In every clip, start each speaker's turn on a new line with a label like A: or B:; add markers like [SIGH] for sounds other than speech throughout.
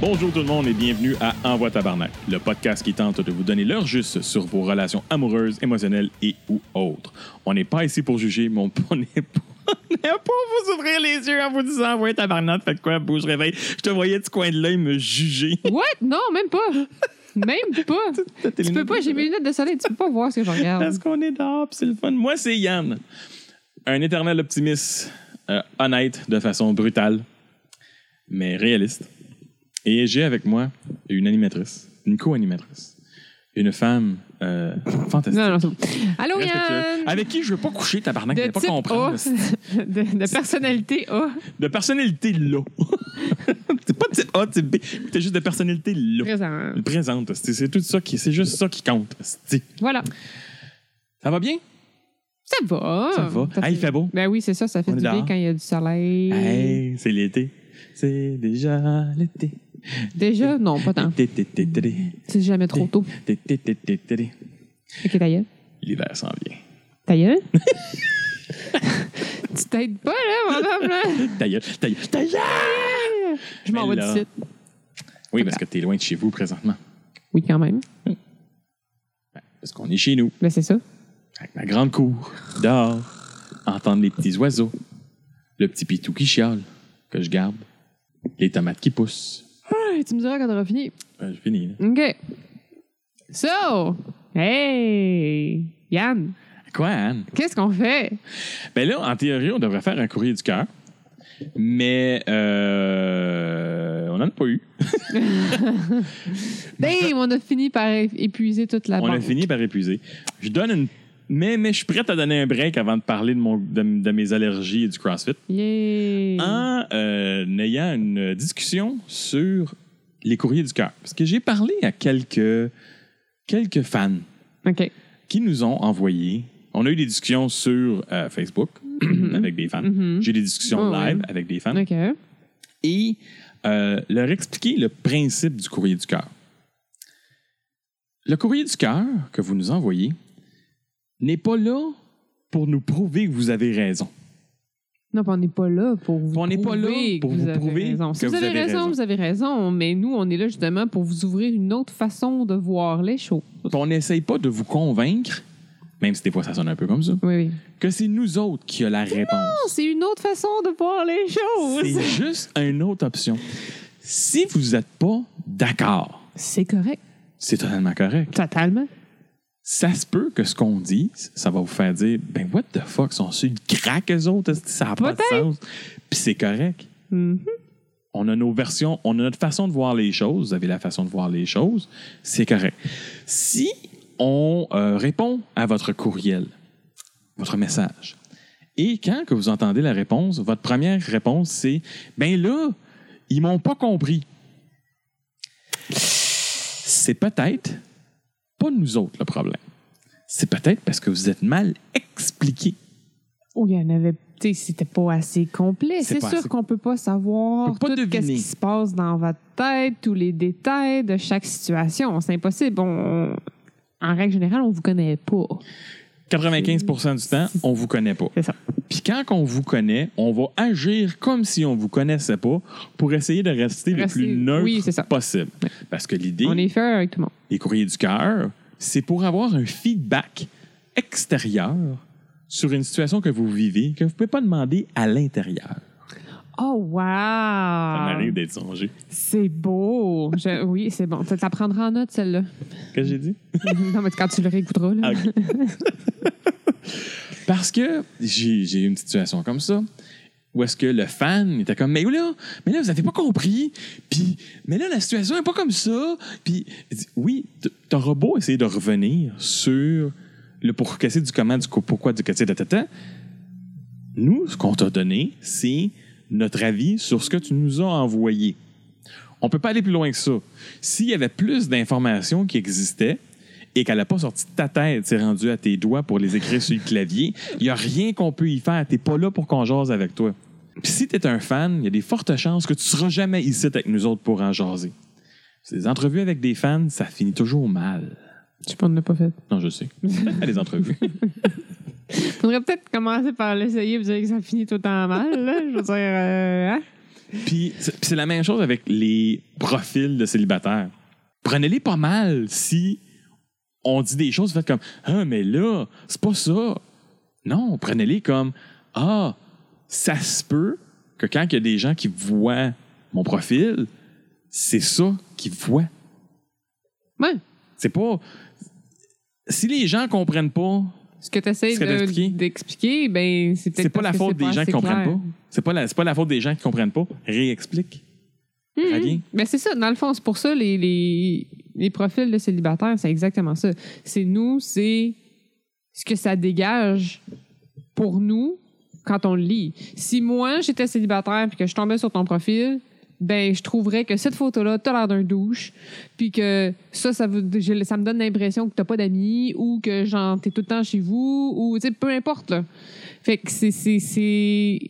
A: Bonjour tout le monde et bienvenue à Envoi Tabarnak, le podcast qui tente de vous donner l'heure juste sur vos relations amoureuses, émotionnelles et ou autres. On n'est pas ici pour juger, mais on [LAUGHS] on est pour... on est pour vous ouvrir les yeux en vous disant Envoie tabarnak, faites quoi, bouge, réveille. Je te voyais du coin de l'œil me juger.
B: What? Non, même pas. Même pas. tu peux pas, j'ai mes lunettes de soleil, tu peux pas voir ce que je regarde.
A: Parce qu'on est dehors, puis c'est le fun. Moi, c'est Yann, un éternel optimiste, euh, honnête de façon brutale, mais réaliste. Et j'ai avec moi une animatrice, une co-animatrice, une femme euh,
B: [COUGHS]
A: fantastique.
B: Non, non, c'est bon. Allô,
A: respectueuse,
B: Yann!
A: Avec qui je veux pas coucher, tabarnak,
B: de
A: t'allais pas
B: type
A: comprendre.
B: A, [LAUGHS] de, de personnalité A,
A: De personnalité là. [LAUGHS] c'est pas type A, type B, t'es juste de personnalité là.
B: présent.
A: Présente, c'est c'est tout ça qui, c'est juste ça qui compte. esti.
B: Voilà.
A: Ça va bien?
B: Ça va.
A: Ça va.
B: T'as
A: Ah, il fait beau.
B: Ben oui, c'est ça, ça fait
A: On est
B: du bien
A: dehors.
B: quand il y a du soleil.
A: Hey, c'est l'été. C'est déjà l'été.
B: Déjà, non, pas tant.
A: Té, té, té, té, té.
B: C'est jamais trop tôt.
A: Té, té, té, té, té, té.
B: Ok, ta gueule.
A: L'hiver s'en vient.
B: Ta
A: [LAUGHS]
B: gueule? tu t'aides pas, là, mon homme, là.
A: Ta gueule, ta gueule, ta gueule!
B: Je m'en
A: Mais
B: vais
A: là-
B: d'ici.
A: Oui, parce que t'es loin de chez vous présentement.
B: Oui, quand même.
A: Parce qu'on est chez nous,
B: Ben, c'est ça.
A: avec ma grande cour, dehors, entendre les petits oiseaux, le petit pitou qui chiale, que je garde, les tomates qui poussent.
B: Ah, tu me diras quand t'auras fini.
A: Ben, je finis, là.
B: OK. So, hey, Yann,
A: Quoi, Anne?
B: qu'est-ce qu'on fait?
A: Ben là, en théorie, on devrait faire un courrier du cœur, mais euh, on n'en a pas eu.
B: Bam, on a fini par é- épuiser toute la
A: Ben, On a
B: banque.
A: fini par épuiser. Je donne une. Mais, mais je suis prête à donner un break avant de parler de, mon, de, de mes allergies et du CrossFit.
B: Yay.
A: En euh, ayant une discussion sur les courriers du cœur. Parce que j'ai parlé à quelques, quelques fans
B: OK.
A: qui nous ont envoyé. On a eu des discussions sur euh, Facebook avec des fans.
B: Mhm.
A: J'ai eu des discussions
B: Oh, ouais.
A: live avec des fans.
B: OK.
A: et euh, leur expliquer le principe du courrier du cœur. Le courrier du cœur que vous nous envoyez n'est pas là pour nous prouver que vous avez raison.
B: Non, puis on n'est pas là pour vous
A: On n'est pas là
B: prouver
A: pour
B: que
A: vous
B: avez
A: prouver
B: raison. Si
A: que
B: vous avez raison, vous avez raison, mais nous, on est là justement pour vous ouvrir une autre façon de voir les choses.
A: On n'essaye pas de vous convaincre, même si des fois ça sonne un peu comme ça,
B: Oui, oui.
A: que c'est nous autres qui a la réponse.
B: Non, c'est une autre façon de voir les
A: C'est
B: choses.
A: juste une autre option. Si vous n'êtes pas d'accord,
B: C'est correct.
A: c'est totalement correct.
B: Totalement.
A: ça se peut que ce qu'on dit, ça va vous faire dire ben what the fuck, sont sur une craque eux autres, esti, ça n'a pas de sens. Puis c'est correct.
B: Mhm.
A: On a nos versions, on a notre façon de voir les choses, vous avez la façon de voir les choses, c'est correct. Si on euh, répond à votre courriel, votre message, et quand que vous entendez la réponse, votre première réponse c'est ben là, ils m'ont pas compris. C'est peut-être pas nous autres le problème. C'est peut-être parce que vous êtes mal expliqué.
B: Oh, il y en avait. Tu sais, c'était pas assez complet.
A: C'est
B: C'est
A: pas
B: sûr
A: assez-
B: qu'on peut pas
A: On
B: savoir
A: peut pas
B: tout ce
A: deviner.
B: qui se passe dans votre tête, tous les détails de chaque situation. C'est impossible. Bon, on- en règle générale, on vous connaît pas.
A: 95 du temps, on vous connaît pas.
B: C'est ça.
A: Puis quand on vous connaît, on va agir comme si on vous connaissait pas pour essayer de rester,
B: Rester-
A: le plus neutre
B: oui, c'est ça.
A: possible. Parce que l'idée
B: On est fair avec tout le monde.
A: des courriers du cœur, c'est pour avoir un feedback extérieur sur une situation que vous vivez que vous pouvez pas demander à l'intérieur.
B: Oh, wow! Ah.
A: Ça m'arrive d'être songé.
B: C'est beau! Je- oui, c'est bon. Tu la prendras en note, celle-là.
A: Qu'est-ce que j'ai dit?
B: non, mais quand tu le réécouteras,
A: Ah,
B: là.
A: ok. Parce que j'ai j'ai eu une situation comme ça où est-ce que le fan était comme mais là mais là vous avez pas compris puis mais là la situation est pas comme ça puis il dit, oui t- t'auras beau essayer de revenir sur le pour casser du comment du co- pourquoi du casser tata nous ce qu'on t'a donné c'est notre avis sur ce que tu nous as envoyé on peut pas aller plus loin que ça s'il y avait plus d'informations qui existaient et qu'elle n'a pas sorti de ta tête, c'est rendu à tes doigts pour les écrire sur le clavier, il n'y a rien qu'on peut y faire. T'es pas là pour qu'on jase avec toi. Puis si t'es un fan, il y a des fortes chances que tu seras jamais ici avec nous autres pour en jaser. Ces entrevues avec des fans, ça finit toujours mal.
B: Je pense qu'on n'a pas fait.
A: Non, je sais. [LAUGHS] Peut-être à des entrevues.
B: Faudrait peut-être commencer par l'essayer et dire que ça finit tout en mal. là. Je veux dire, euh, hein?
A: Puis c'est puis c'est la même chose avec les profils de célibataires. Prenez-les pas mal si on dit des choses, vous faites comme Ah, mais là, c'est pas ça. Non, prenez-les comme Ah, ça se peut que quand il y a des gens qui voient mon profil, c'est ça qu'ils voient.
B: Ouais.
A: C'est pas. Si les gens comprennent pas,
B: Ce que tu
A: Ce que t'as expliqué.
B: essaies d'expliquer, ben, c'est peut-être.
A: c'est pas la
B: parce que
A: faute
B: c'est
A: des gens
B: assez
A: qui comprennent
B: clair.
A: pas. C'est pas, la, c'est pas la faute des gens qui comprennent pas. Réexplique.
B: Mhm.
A: Rallier.
B: Ben, c'est ça, dans le fond, c'est pour ça les, les, les profils de célibataires, c'est exactement ça. C'est nous, c'est ce que ça dégage pour nous quand on le lit. Si moi, j'étais célibataire puis que je tombais sur ton profil, ben je trouverais que cette photo-là, t'as l'air d'un douche, puis que ça, ça, veut- j'ai- ça me donne l'impression que t'as pas d'amis ou que genre t'es tout le temps chez vous ou tu sais, peu importe. Là. Fait que c'est- c'est c'est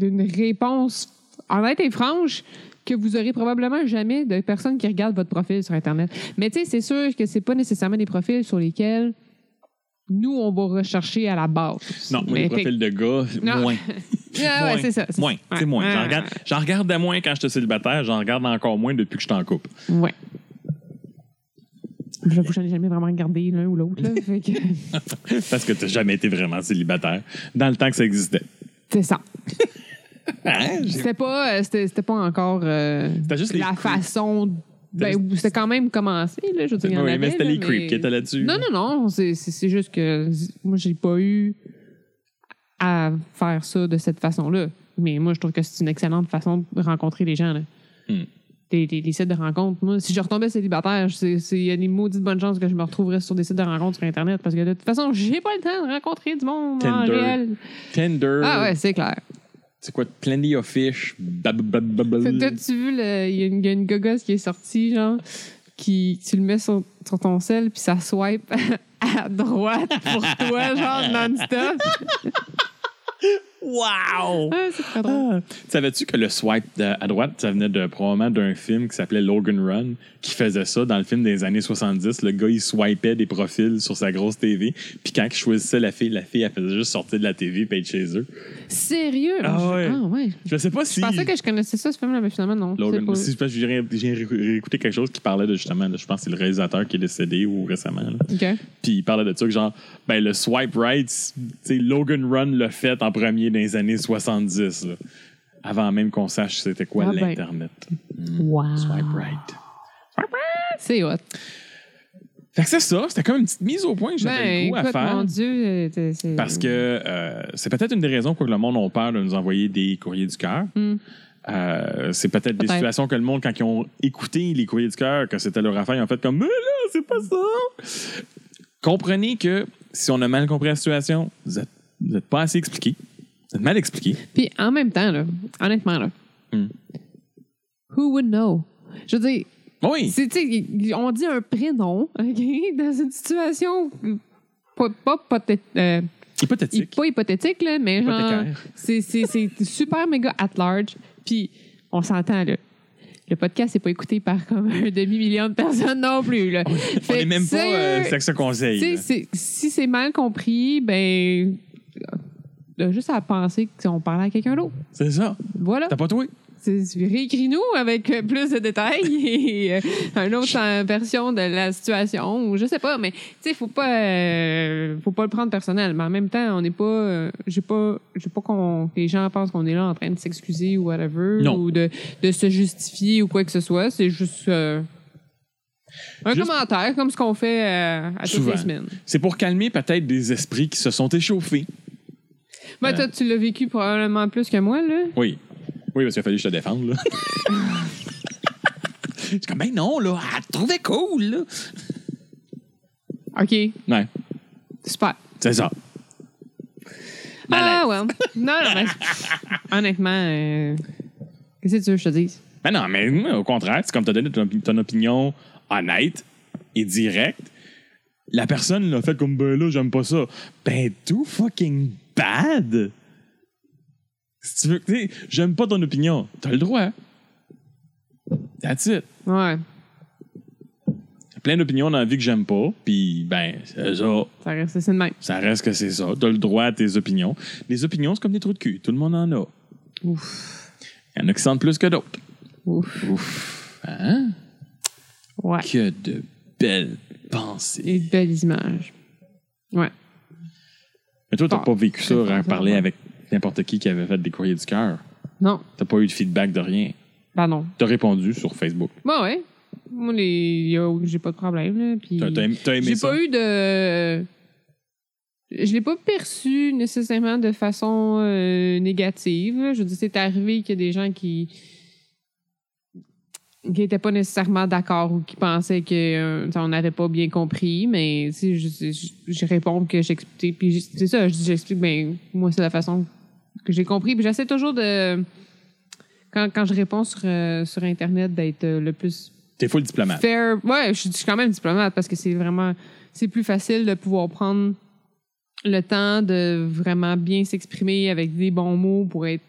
B: une réponse honnête et franche que vous aurez probablement jamais de personnes qui regardent votre profil sur Internet. Mais tu sais, c'est sûr que c'est pas nécessairement des profils sur lesquels nous, on va rechercher à la base.
A: Non, moi,
B: Mais
A: les
B: fait-
A: profils de gars,
B: Non.
A: moins.
B: Ah ouais,
A: Moins.
B: c'est ça. c'est
A: Moins,
B: ça.
A: c'est moins.
B: Ouais,
A: J'en regarde,
B: ouais,
A: j'en regardais moins quand j'étais célibataire, j'en regarde encore moins depuis que je t'en couple. [LAUGHS]
B: Ouais. J'avoue, j'en ai jamais vraiment regardé l'un ou l'autre. là. Fait que,
A: Parce que t'as jamais été vraiment célibataire dans le temps que ça existait.
B: C'est ça.
A: Hein? J'ai-
B: C'était pas, euh, c'était, c'était pas encore euh,
A: C'était juste les
B: la
A: creeps.
B: façon.
A: C'était
B: Ben, c'était quand même commencé. Là, je veux dire, il y en
A: Oui,
B: avait,
A: mais c'était
B: là,
A: les creeps qui étaient là-dessus.
B: Non, non, non. C'est, c'est- c'est juste que z- moi, j'ai pas eu à faire ça de cette façon-là. Mais moi, je trouve que c'est une excellente façon de rencontrer les gens. Là.
A: Hmm.
B: Des, des- des sites de rencontres. Moi, si je retombais célibataire, c'est- c'est- il y a des maudites bonnes chances que je me retrouverais sur des sites de rencontres sur Internet parce que de toute façon, j'ai pas le temps de rencontrer du monde en
A: Tinder.
B: réel.
A: Tinder,
B: Ah ouais, c'est clair.
A: c'est quoi, Plenty of Fish, bab- bab- bab- bab-
B: T'as-tu vu, le- il y, a une- il y a une gogosse qui est sortie, genre, qui, tu le mets sur, sur ton sel, puis ça swipe [LAUGHS] à droite pour toi, genre,
A: [LAUGHS]
B: non-stop.
A: Wow!
B: Ah, c'est très drôle.
A: Ah. Savais-tu que le swipe de- à droite, ça venait de, probablement d'un film qui s'appelait Logan Run, qui faisait ça dans le film des années 70. Le gars, il swipait des profils sur sa grosse TV, puis quand il choisissait la fille, la fille, elle faisait juste sortir de la TV et être chez eux.
B: Sérieux?
A: Ah ouais. Je sais pas
B: Je
A: si...
B: pensais que je connaissais ça, ce film-là, mais finalement, non.
A: Logan,
B: C'est pas-
A: aussi, je pense que j'ai ré- j'ai ré- réécouté quelque chose qui parlait de justement, de- je pense que c'est le réalisateur qui est décédé ou récemment. là.
B: OK.
A: Puis il parlait de ça que genre, ben le swipe right, c'est- tu sais, Logan Run l'a fait en premier dans les années 70, là. avant même qu'on sache c'était quoi
B: Ah ben.
A: l'Internet.
B: Wow.
A: Swipe right.
B: C'est hot.
A: Fait que c'est ça, c'était comme une petite mise au point que j'avais
B: Ben,
A: le goût à
B: écoute,
A: faire.
B: mon Dieu, euh, t'es- c'est...
A: Parce que euh, c'est peut-être une des raisons pour que le monde a peur de nous envoyer des courriers du cœur.
B: Hmm.
A: Euh, c'est peut-être des
B: Peut-être.
A: situations que le monde, quand ils ont écouté les courriers du cœur, que c'était leur affaire, ils ont fait comme Mais là, c'est pas ça. Comprenez que si on a mal compris la situation, vous êtes, vous êtes pas assez expliqué. Vous êtes mal expliqué.
B: Puis en même temps, là, honnêtement, là,
A: Hmm.
B: who would know? Je veux dire,
A: Oui.
B: C'est, tu sais, il- on dit un prénom, [LAUGHS] OK, dans une situation pas, pas, poté- euh, hy-
A: Hypothétique.
B: pas hypothétique, là, mais genre,
A: Hypothécaire.
B: c'est, c'est, c'est super méga at large. Puis, on s'entend, là. Le podcast n'est pas écouté par comme un demi-million de personnes non plus. Là.
A: Ah On
B: Fait
A: n'est
B: que,
A: même pas euh,
B: sérieux,
A: sexe conseil.
B: tu sais,
A: là.
B: c'est- si c'est mal compris, ben, euh, juste à penser qu'on parlait à quelqu'un d'autre.
A: C'est ça.
B: Voilà.
A: T'as pas trouvé?
B: C'est- Réécris-nous avec euh, plus de détails [LAUGHS] et euh, une autre euh, version de la situation ou je sais pas, mais tu sais, faut pas, euh, faut pas le prendre personnel. Mais en même temps, on n'est pas, euh, j'ai pas, j'ai pas qu'on, que les gens pensent qu'on est là en train de s'excuser ou whatever
A: Non.
B: ou de, de se justifier ou quoi que ce soit. C'est juste euh, un
A: Juste-
B: commentaire comme ce qu'on fait euh, à toutes
A: Souvent.
B: les semaines.
A: C'est pour calmer peut-être des esprits qui se sont échauffés.
B: Ben,
A: Euh.
B: toi, tu l'as vécu probablement plus que moi là.
A: Oui. Oui, parce qu'il a fallu que je te défende, là. [LAUGHS] Je suis comme, ben non, là, elle te trouvait cool, là.
B: Ok,
A: Ouais,
B: super.
A: c'est ça.
B: Ah
A: Malaise.
B: ouais. Non, non, mais honnêtement, euh, qu'est-ce que tu veux que je te dise?
A: Ben non, mais moi, au contraire, c'est comme t'as donné ton, opi- ton opinion honnête et directe. La personne l'a fait comme, ben là, j'aime pas ça. Ben, tout fucking bad. Si tu veux, tu sais, j'aime pas ton opinion, t'as le droit. That's it.
B: Ouais.
A: plein d'opinions dans la vie que j'aime pas, puis ben, c'est ça,
B: Ça reste c'est de même.
A: ça reste que c'est ça. T'as le droit à tes opinions. Les opinions, c'est comme des trous de cul. Tout le monde en a.
B: Ouf.
A: Il y en a qui sentent plus que d'autres.
B: Ouf.
A: Ouf. Hein?
B: Ouais.
A: Que de belles pensées.
B: Et de belles images. Ouais.
A: Mais toi, t'as
B: Ah,
A: pas vécu ça,
B: très
A: à
B: fort,
A: parler
B: ouais.
A: avec n'importe qui qui avait fait des courriers du cœur.
B: Non.
A: T'as pas eu de feedback de rien.
B: Ben non.
A: T'as répondu sur Facebook.
B: Bah ouais. Moi, les... y a- j'ai pas de problème. Là, puis...
A: T'as t'as aimé, t'as aimé
B: J'ai
A: ça?
B: pas eu de. Je l'ai pas perçu nécessairement de façon euh, négative. là. Je veux dire, c'est arrivé qu'il y a des gens qui qui n'étaient pas nécessairement d'accord ou qui pensaient que euh, tu sais, on n'avait pas bien compris, mais tu sais, je, je- je réponds que j'explique. Puis je- c'est ça, je dis, j'explique, ben, moi, c'est la façon que j'ai compris. Puis j'essaie toujours de. Quand, quand je réponds sur, euh, sur Internet, d'être euh, le plus
A: T'es full diplomate.
B: Fair. Ouais, je suis- je suis quand même diplomate parce que c'est vraiment. C'est plus facile de pouvoir prendre le temps de vraiment bien s'exprimer avec des bons mots pour être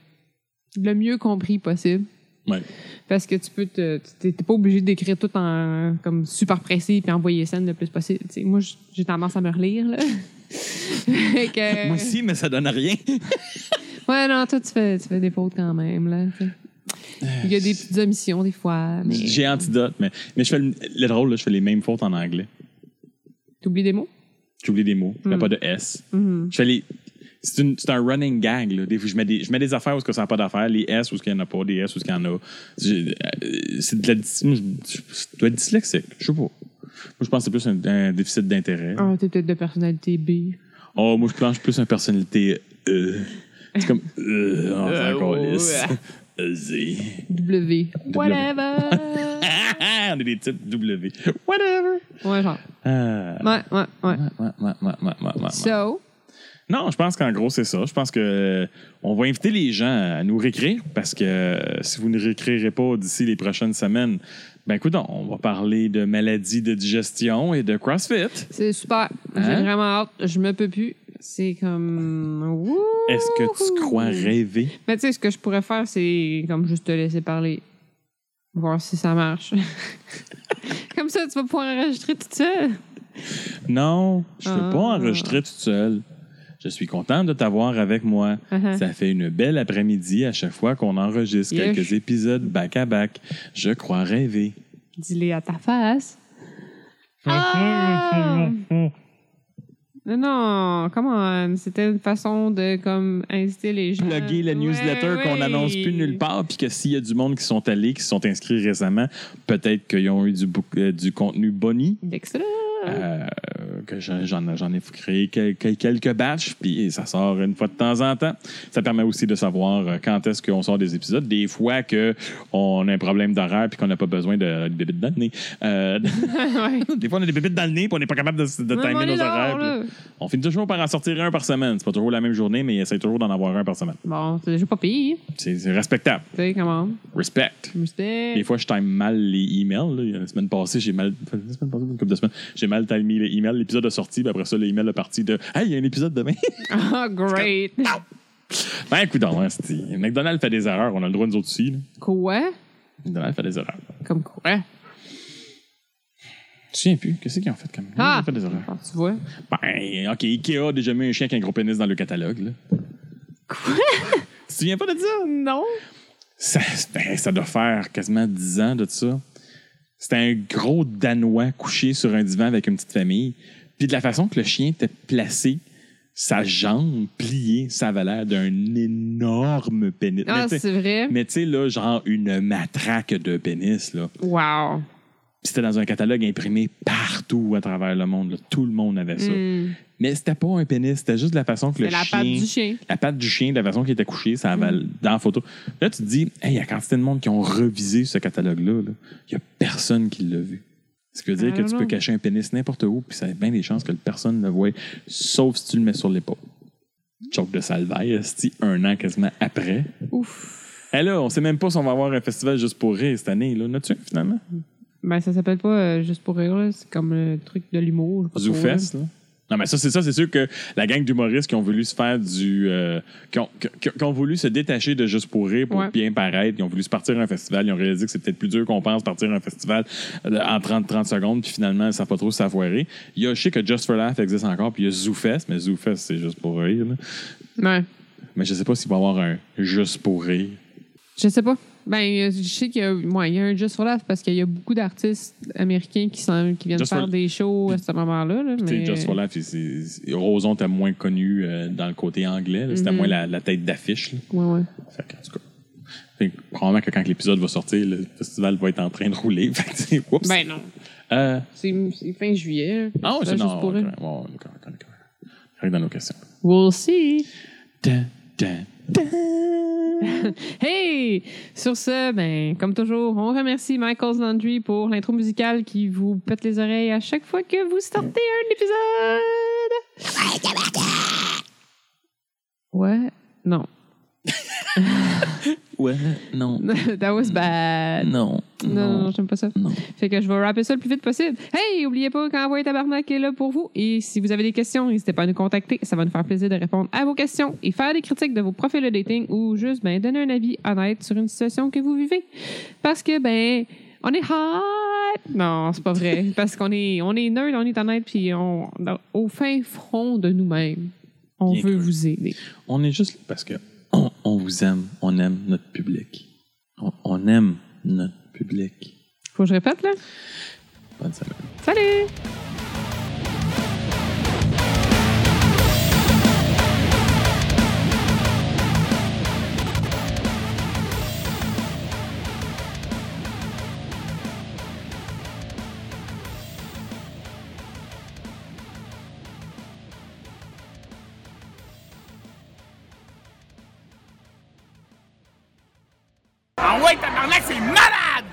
B: le mieux compris possible.
A: Ouais.
B: Parce que tu peux te. tu- T'es t'es pas obligé d'écrire tout en comme super précis puis envoyer scène le plus possible. Tu sais, moi, j- j'ai tendance à me relire, là. [LAUGHS] Fait que-
A: Moi aussi, mais ça donne rien.
B: Ouais, non, toi, tu fais, tu fais des fautes quand même, là. tu sais. Il y
A: Euh,
B: a des petites omissions, des fois, mais.
A: J'ai antidote, mais, mais je fais le, le drôle, là, je fais les mêmes fautes en anglais.
B: T'oublies des mots?
A: J'oublie des mots. Je mets
B: Mm.
A: pas de S.
B: Mhm.
A: Je fais les. C'est une- c'est un running gag. Là. Des fois, je mets des, je mets des affaires où est-ce que ça n'a pas d'affaires, les S où est-ce qu'il n'y en a pas, des S où est-ce qu'il y en a. J'ai- euh, C'est de la. dys- moi, Je, je dois être dyslexique. Je sais pas. Moi, je pense que c'est plus un, un déficit d'intérêt.
B: Ah, t'es peut-être de personnalité B.
A: Oh, moi, je planche plus une personnalité. euh. C'est comme. Euh, on
B: Euh,
A: s'en calisse.
B: ouais.
A: [LAUGHS] Euh, zé.
B: W. Whatever.
A: Ah, on est des types W. Whatever.
B: [LAUGHS] ouais, genre.
A: Ah.
B: Ouais, ouais, ouais.
A: Ouais, ouais, ouais, ouais, ouais, ouais, ouais.
B: So,
A: Non, je pense qu'en gros, c'est ça. Je pense que euh, on va inviter les gens à nous réécrire parce que euh, si vous ne réécrirez pas d'ici les prochaines semaines, ben écoute, on va parler de maladies de digestion et de CrossFit.
B: c'est super. J'ai
A: Hein?
B: vraiment hâte. Je me peux plus. C'est comme. Wouhou!
A: Est-ce que tu crois rêver?
B: Mais tu sais, ce que je pourrais faire, c'est comme juste te laisser parler. Voir si ça marche. [LAUGHS] comme ça, tu vas pouvoir enregistrer
A: [LAUGHS]
B: toute seule.
A: Non, je ne veux
B: Ah.
A: pas enregistrer toute seule. Je suis contente de t'avoir avec moi.
B: Uh-huh.
A: Ça fait une belle après-midi à chaque fois qu'on enregistre
B: Yes.
A: quelques épisodes back-à-back. Je crois rêver.
B: Dis-les à ta face. Uhum, Ah! Non, non, come on. C'était une façon de comme inciter les gens.
A: plugger la
B: Euh, Ouais,
A: newsletter qu'on
B: ouais.
A: n'annonce plus nulle part, puis que s'il y a du monde qui sont allés, qui se sont inscrits récemment, peut-être qu'ils ont eu du, bouc- euh, du contenu boni.
B: Excellent.
A: euh, que j'en- j'en j'en ai créé quel- quel- quelques batchs, puis ça sort une fois de temps en temps. Ça permet aussi de savoir euh, quand est-ce qu'on sort des épisodes. Des fois que on a un problème d'horaire puis qu'on n'a pas besoin de, de bébites dans le nez. Euh, [LAUGHS]
B: ouais.
A: des fois, on a des bébites dans le nez puis on n'est pas capable de, de
B: Ouais, mais on
A: timer
B: est
A: nos
B: là,
A: horaires.
B: là.
A: puis On finit toujours par en sortir un par semaine. C'est pas toujours la même journée, mais essaye toujours d'en avoir un par semaine.
B: [LAUGHS] Bon, c'est déjà pas pire.
A: C'est c'est respectable.
B: Tu sais, comment?
A: Respect.
B: Je me suis
A: Des
B: dit,
A: fois, je time mal les emails. là. Il y a La semaine passée, j'ai mal. La semaine passée, une couple de semaines, j'ai mal timé les emails. L'épisode a sorti, puis après ça, l'email est parti de Hey, il y a un épisode demain. [LAUGHS]
B: Ah, great.
A: ben, écoute, hein, c'est- McDonald's fait des erreurs. On a le droit, nous autres aussi. là.
B: Quoi?
A: McDonald's fait des erreurs.
B: Comme quoi?
A: Je me souviens plus. Qu'est-ce qu'ils ont fait comme Ils
B: Ah!
A: ont fait des erreurs.
B: Tu vois?
A: Ben, OK, Ikea a déjà mis un chien avec un gros pénis dans le catalogue. là.
B: Quoi?
A: Tu te souviens pas de ça?
B: Ah, Non.
A: Ça, ben, ça doit faire quasiment 10 ans de ça. C'était un gros Danois couché sur un divan avec une petite famille. Puis de la façon que le chien était placé, sa jambe pliée, ça avait l'air d'un énorme pénis. Mais
B: Ah,
A: tu sais-
B: c'est vrai?
A: mais tu sais, là, genre une matraque de pénis, là.
B: Wow.
A: Puis c'était dans un catalogue imprimé partout à travers le monde. là. Tout le monde avait ça.
B: Hmm.
A: Mais c'était pas un pénis, c'était juste la façon que le
B: C'est la
A: chien
B: patte du chien.
A: la patte du chien, de la façon qu'il était couché, ça avait
B: Mm.
A: dans la photo. Là, tu te dis, hey, il y a quantité de monde qui ont revisé ce catalogue-là. là. Il n'y a personne qui l'a vu. Ce qui veut dire
B: I
A: que
B: don't
A: tu
B: know.
A: peux cacher un pénis n'importe où, puis ça a bien des chances que personne ne le voie, sauf si tu le mets sur l'épaule. Choc de salvaille, si un an quasiment après.
B: Ouf.
A: Et là, on sait même pas si on va avoir un festival juste pour rire cette année. Là, tu finalement?
B: Ben, ça s'appelle pas euh, juste pour rire, là. C'est comme le truc de l'humour. je sais pas trop, là.
A: Zoufest, là. Non, mais ça, c'est ça, c'est sûr que la gang d'humoristes qui ont voulu se faire du. euh, qui, ont, qui- qui- qui ont voulu se détacher de Juste pour rire pour
B: Ouais.
A: bien paraître, qui ont voulu se partir à un festival, ils ont réalisé que c'est peut-être plus dur qu'on pense partir à un festival euh, en 30-30 secondes, puis finalement, ils ne savent pas trop s'avoirer. Il y a, je sais que Just for Laugh existe encore, puis il y a ZooFest, mais ZooFest, c'est juste pour rire. là.
B: Ouais.
A: Mais je sais pas s'il va y avoir un Juste pour rire.
B: Je sais pas. Ben, euh, je sais qu'il y, a- ouais, il y a un Just for Laugh parce qu'il y a beaucoup d'artistes américains qui, sont, qui viennent
A: Just
B: faire
A: for-
B: des shows à ce moment-là. là,
A: Tu sais,
B: mais-
A: Just for Laugh, c'est- c'est- Roson était moins connu euh, dans le côté anglais. là. C'était
B: Mhm.
A: moins la, la tête d'affiche. là.
B: Ouais, ouais.
A: Fait que, en tout cas, fait que probablement que quand l'épisode va sortir, le festival va être en train de rouler. [LAUGHS] Fait que, tu sais, oups.
B: Ben non.
A: Euh,
B: C'est c'est fin juillet.
A: ah, ouais,
B: Là,
A: c'est
B: juste
A: non.
B: pour
A: ouais,
B: eux.
A: correct, ouais, ouais, correct, correct, correct. Correct dans nos questions.
B: We'll see.
A: Dun, dun, dun.
B: Hey! Sur ce, ben, comme toujours, on remercie Michael's Laundry pour l'intro musicale qui vous pète les oreilles à chaque fois que vous sortez un épisode! Ouais? Non. [LAUGHS]
A: ouais, non,
B: That was bad.
A: non.
B: Non, non, non, j'aime pas ça.
A: non.
B: Fait que je vais rappeler ça le plus vite possible. Hey, oubliez pas qu'Envoyer Tabarnak est là pour vous. Et si vous avez des questions, n'hésitez pas à nous contacter. Ça va nous faire plaisir de répondre à vos questions et faire des critiques de vos profils de dating ou juste ben, donner un avis honnête sur une situation que vous vivez. Parce que, ben, on est hot! Non, c'est pas vrai.
A: [LAUGHS]
B: Parce qu'on est, on est neutre, on est honnête, puis on, dans- au fin front de nous-mêmes, on
A: Bien
B: veut
A: cru.
B: vous aider.
A: On est juste là parce que on, on vous aime, on aime notre public. On, on aime notre public.
B: Faut que je répète, là?
A: Bonne semaine.
B: Salut!
C: Ah ouais, tabarnak, c'est malade!